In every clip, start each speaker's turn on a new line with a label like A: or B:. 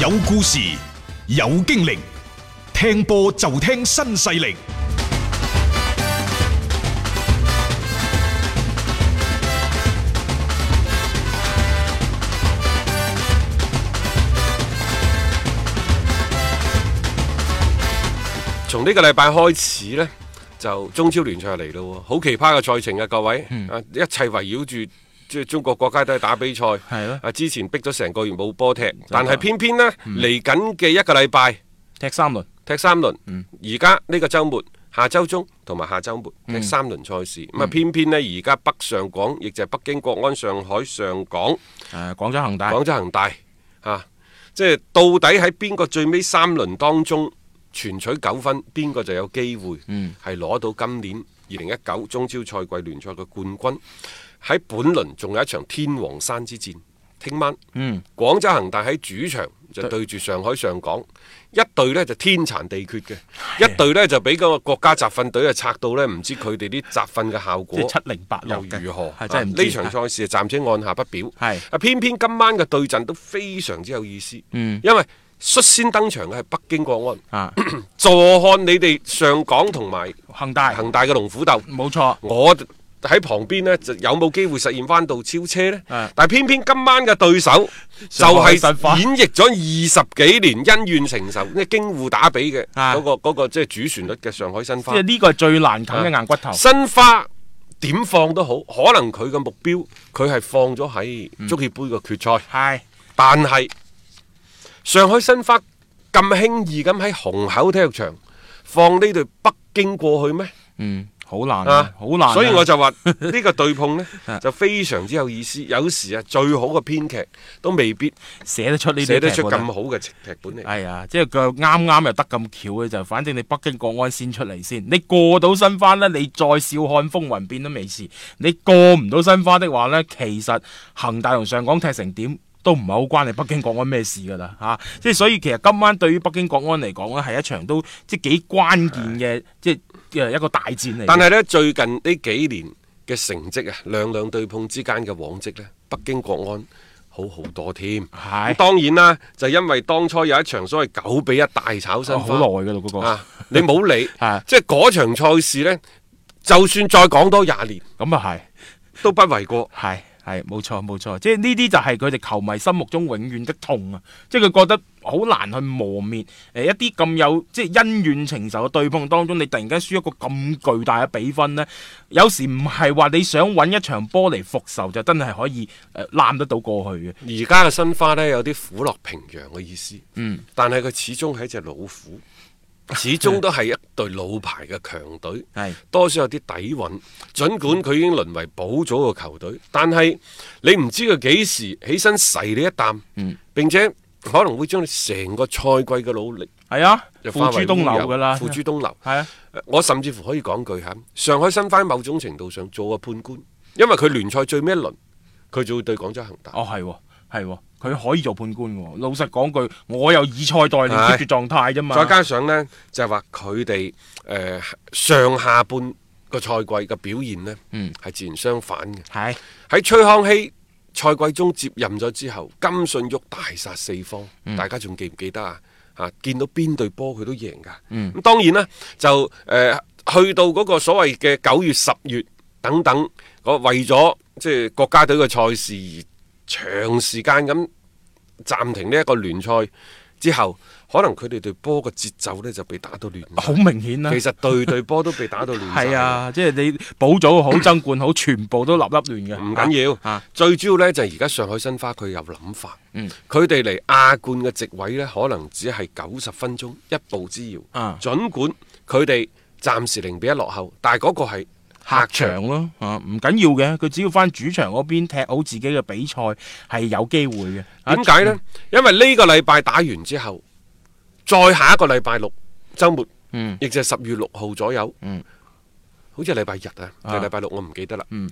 A: 有故事，有經歷，聽波就聽新勢力。
B: 從呢個禮拜開始呢，就中超聯賽嚟咯喎，好奇葩嘅賽程啊！各位，
C: 嗯
B: 啊一切圍繞住即係中國國家都係打比賽，
C: 係咯
B: 啊之前逼咗成個月冇波踢，但係偏偏呢，
C: 嗯
B: 嚟緊嘅一個禮拜
C: 踢三輪，
B: 踢三輪，
C: 嗯
B: 而家呢個週末。下周中同埋下周末
C: 嗯
B: 踢三輪賽事，咁啊、偏偏呢，而家北上廣，亦就係北京國安、上海上港、
C: 誒廣州恒大
B: 廣州恒大啊，即係到底喺邊個最尾三輪當中全取九分，邊個就有機會
C: 嗯
B: 係攞到今年二零一九中超賽季聯賽嘅冠軍。喺本輪仲有一場天王山之戰，聽晚，嗯，廣州恒大喺主場就對住上海上港，一隊呢就天殘地缺嘅，一隊呢就俾嗰個國家集訓隊啊拆到呢，唔知佢哋啲集訓嘅效果
C: 即係七零八落
B: 又
C: 嘅
B: 如何？啊
C: 係真係唔知
B: 呢場賽事暫且按下不表。
C: 啊係
B: 啊，偏偏今晚嘅對陣都非常之有意思。
C: 嗯
B: 因為率先登場嘅係北京國安，
C: 啊，
B: 坐看你哋上港同埋
C: 恒大
B: 恒大嘅龍虎鬥。
C: 冇錯，
B: 我喺旁邊呢，就有冇機會實現彎道超車呢？
C: 啊
B: 但係偏偏今晚嘅對手就
C: 上海
B: 係
C: 申花
B: 演繹咗二十幾年恩怨情仇，即係京滬打比嘅
C: 啊
B: 嗰個嗰個即係主旋律嘅上海申
C: 即
B: 花
C: 係。呢個係最難啃嘅硬骨頭。
B: 申花點放都好，可能佢嘅目標佢係放咗喺
C: 嗯
B: 足協杯嘅決賽，
C: 係
B: 但係上海申花咁輕易咁喺虹口體育場放呢隊北京過去咩？
C: 嗯，好難
B: 啊
C: 啊，好難啊。啊
B: 所以我就 話呢個對碰呢，就非常之有意思。有時啊，最好嘅編劇都未必
C: 寫得出呢啲
B: 寫得出
C: 劇
B: 咁
C: 本啊。
B: 好嘅劇本嚟。
C: 係啊，即係佢啱啱又得咁巧嘅就，反正你北京國安先出嚟先，你過到申花呢，你再笑看風雲變都未遲。你過唔到申花的話呢，其實恒大同上港踢成點？都唔係好關你北京國安咩事㗎啦嚇，即係所以其實今晚對於北京國安嚟講呢係一場都即係幾關鍵嘅，即係誒一個大戰嚟嘅。
B: 但係呢，最近呢幾年嘅成績啊，兩兩對碰之間嘅往績呢，北京國安好好多添。
C: 係
B: 咁當然啦，就因為當初有一場所謂九比一大炒申
C: 哦
B: 花，
C: 好耐㗎啦嗰個，
B: 啊！你冇理
C: 啊，
B: 即係嗰場賽事呢，就算再講多廿年
C: 咁啊係。
B: 都不為過。
C: 係係冇錯冇錯，即係呢啲就係佢哋球迷心目中永遠的痛啊！即係佢覺得好難去磨滅誒、一啲咁有即係恩怨情仇嘅對碰當中，你突然間輸一個咁巨大嘅比分呢，有時唔係話你想揾一場波嚟復仇就真係可以誒攬、得到過去嘅。
B: 而家嘅申花呢，有啲虎落平陽嘅意思，
C: 嗯，
B: 但係佢始終係一隻老虎，始終都係一隊老牌嘅強隊，
C: 係
B: 多少有啲底韻。儘管佢已經淪為保組嘅球隊，但係你唔知佢幾時起身噬你一啖，嗯、並且可能會將你成個賽季嘅努力
C: 係啊，
B: 就
C: 付
B: 化
C: 諸
B: 為
C: 東
B: 烏
C: 流
B: 有
C: 㗎啦，
B: 付諸東流。
C: 係啊，
B: 呃我甚至乎可以講句嚇，上海申花某種程度上做個判官，因為佢聯賽最尾一輪，佢就會對廣州恒大。
C: 哦係喎係喎，佢、可以做判官喎。老實講句，我又以賽代練
B: 係
C: keep 住狀態啫嘛。
B: 再加上呢，就係話佢哋誒上下半個賽季嘅表現呢，係、
C: 嗯
B: 自然相反嘅。
C: 係
B: 喺崔康熙賽季中接任咗之後，金信煜大殺四方，
C: 嗯
B: 大家仲記唔記得啊？啊，見到邊隊波佢都贏㗎。咁、
C: 嗯
B: 當然啦，就誒、呃去到嗰個所謂嘅九月、十月等等，我為咗即係國家隊嘅賽事而長時間咁暫停呢一個聯賽之後，可能佢哋對波嘅節奏呢就被打到亂晒。
C: 好明顯啦、
B: 其實對對波都被打到亂晒。
C: 係啊，即係你保組好、爭冠好，全部都立粒亂嘅。
B: 唔緊要，
C: 啊
B: 最主要呢就係而家上海申花佢有諗法，
C: 嗯
B: 佢哋離亞冠嘅席位呢，可能只係九十分鐘一步之遙。
C: 啊
B: 儘管佢哋暫時零比一落後，但係嗰個係
C: 客場咯，啊唔緊要嘅，佢只要翻主場嗰邊踢好自己嘅比賽係有機會嘅。啊
B: 點解呢？因為呢個禮拜打完之後，再下一個禮拜六週末，
C: 嗯
B: 亦就係十月六號左右，
C: 嗯
B: 好似係禮拜日啊，定
C: 啊
B: 係禮拜六我唔記得啦。
C: 嗯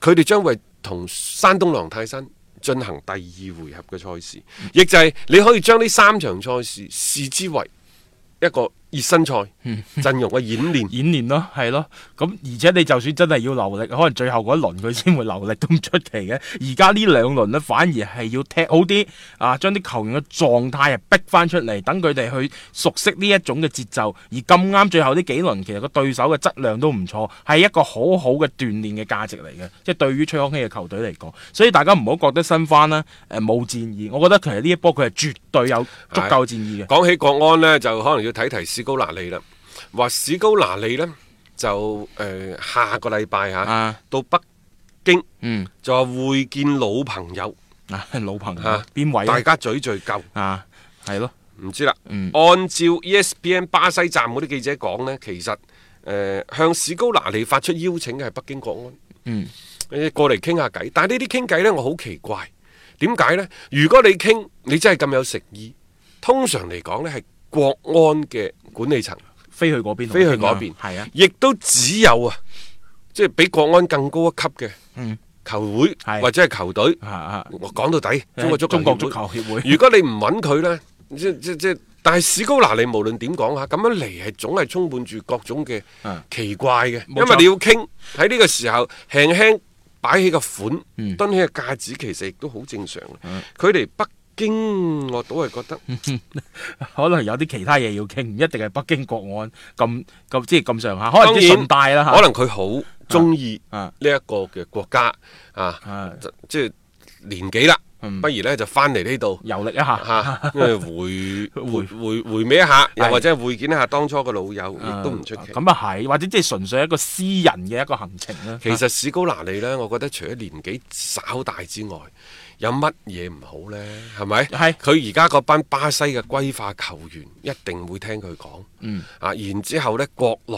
B: 佢哋將會同山東狼泰山進行第二回合嘅賽事，亦就係你可以將呢三場賽事視之為一個熱身賽
C: 嗯
B: 陣容嘅演練。
C: 演練咯，係咯。咁而且你就算真係要留力，可能最後嗰一輪佢先會留力都唔出奇嘅。而家呢兩輪呢，反而係要踢好啲啊，將啲球員嘅狀態啊逼翻出嚟，等佢哋去熟悉呢一種嘅節奏。而咁啱最後呢幾輪，其實個對手嘅質量都唔錯，係一個好好嘅鍛鍊嘅價值嚟嘅。即係對於崔康熙嘅球隊嚟講，所以大家唔好覺得新番啦，誒冇戰意。我覺得其實呢一波佢係絕對有足夠戰意嘅。
B: 講起國安呢，就可能要睇提史高拿利啦。話史高拿利呢，就誒、呃下個禮拜嚇
C: 啊
B: 到北京，
C: 嗯
B: 就話會見老朋友
C: 啊，老朋友
B: 啊
C: 邊位
B: 大
C: 啊？
B: 家嘴聚舊，
C: 啊，係咯，
B: 唔知啦。
C: 嗯
B: 按照 E ESPN 巴西站嗰啲記者講呢，其實誒、呃向史高拿利發出邀請嘅係北京國
C: 嗯。
B: 安，誒過嚟傾下偈。但係呢啲傾偈呢，我好奇怪，點解呢？如果你傾，你真係咁有誠意，通常嚟講呢，係國安嘅管理層。
C: 飛去嗰邊，
B: 飛去嗰邊，
C: 係啊，
B: 亦都只有啊，即係比國安更高一級嘅
C: 嗯
B: 球會
C: 係
B: 或者係球隊。
C: 啊啊，
B: 我講到底，中國足球
C: 中國
B: 協會
C: 足球協會
B: 如果你唔揾佢呢，即即即，但係史高拿利無論點講嚇，咁樣嚟係總係充滿住各種嘅
C: 嗯
B: 奇怪嘅，因
C: 冇錯
B: 為你要傾喺呢個時候輕輕擺起個款，
C: 嗯
B: 蹲起個價子，其實亦都好正常嘅。佢嚟北京，我都係覺得。
C: 嗯可能有啲其他嘢要傾，唔一定係北京國安咁咁即係咁上下，可能
B: 當
C: 啲
B: 然
C: 順帶啦嚇，
B: 可能佢好中意
C: 啊
B: 呢一個嘅國家啊
C: 啊，
B: 就即係年紀啦，
C: 嗯
B: 不如呢就翻嚟呢度
C: 遊歷一下，
B: 嚇，啊因為回回
C: 啊回
B: 回回味一下，又
C: 係
B: 或者係會見一下當初嘅老友，
C: 啊
B: 亦都唔出奇。
C: 咁啊係，或者即係純粹一個私人嘅一個行程啊啦。
B: 其實史高拿利呢，我覺得除咗年紀稍大之外，有乜嘢唔好呢？係咪？
C: 係
B: 佢而家嗰班巴西嘅歸化球員一定會聽佢講。啊，然之後呢，國內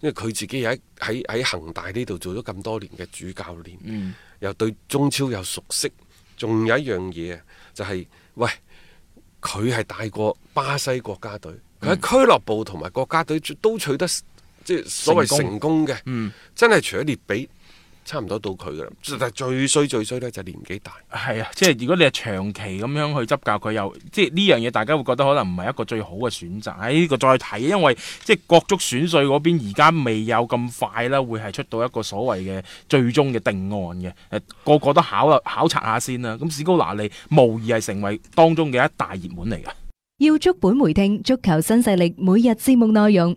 B: 因為佢自己喺喺喺恒大呢度做咗咁多年嘅主教練，
C: 嗯
B: 又對中超又熟悉，仲有一樣嘢啊就係、喂，佢係帶過巴西國家隊，佢喺俱樂部同埋國家隊都取得即係所謂
C: 成功
B: 成功嘅，真係除咗列比，差唔多到佢噶啦。但係最衰最衰呢，就係年紀大。
C: 係啊，即係如果你係長期咁樣去執教佢，又即係呢樣嘢，大家會覺得可能唔係一個最好嘅選擇。喺、呢個再睇，因為即係國足選帥嗰邊而家未有咁快啦，會係出到一個所謂嘅最終嘅定案嘅。誒，個個都考啦，考察下先啦。咁史高拿利無疑係成為當中嘅一大熱門嚟嘅。
D: 要足本回聽足球新勢力每日節目內容，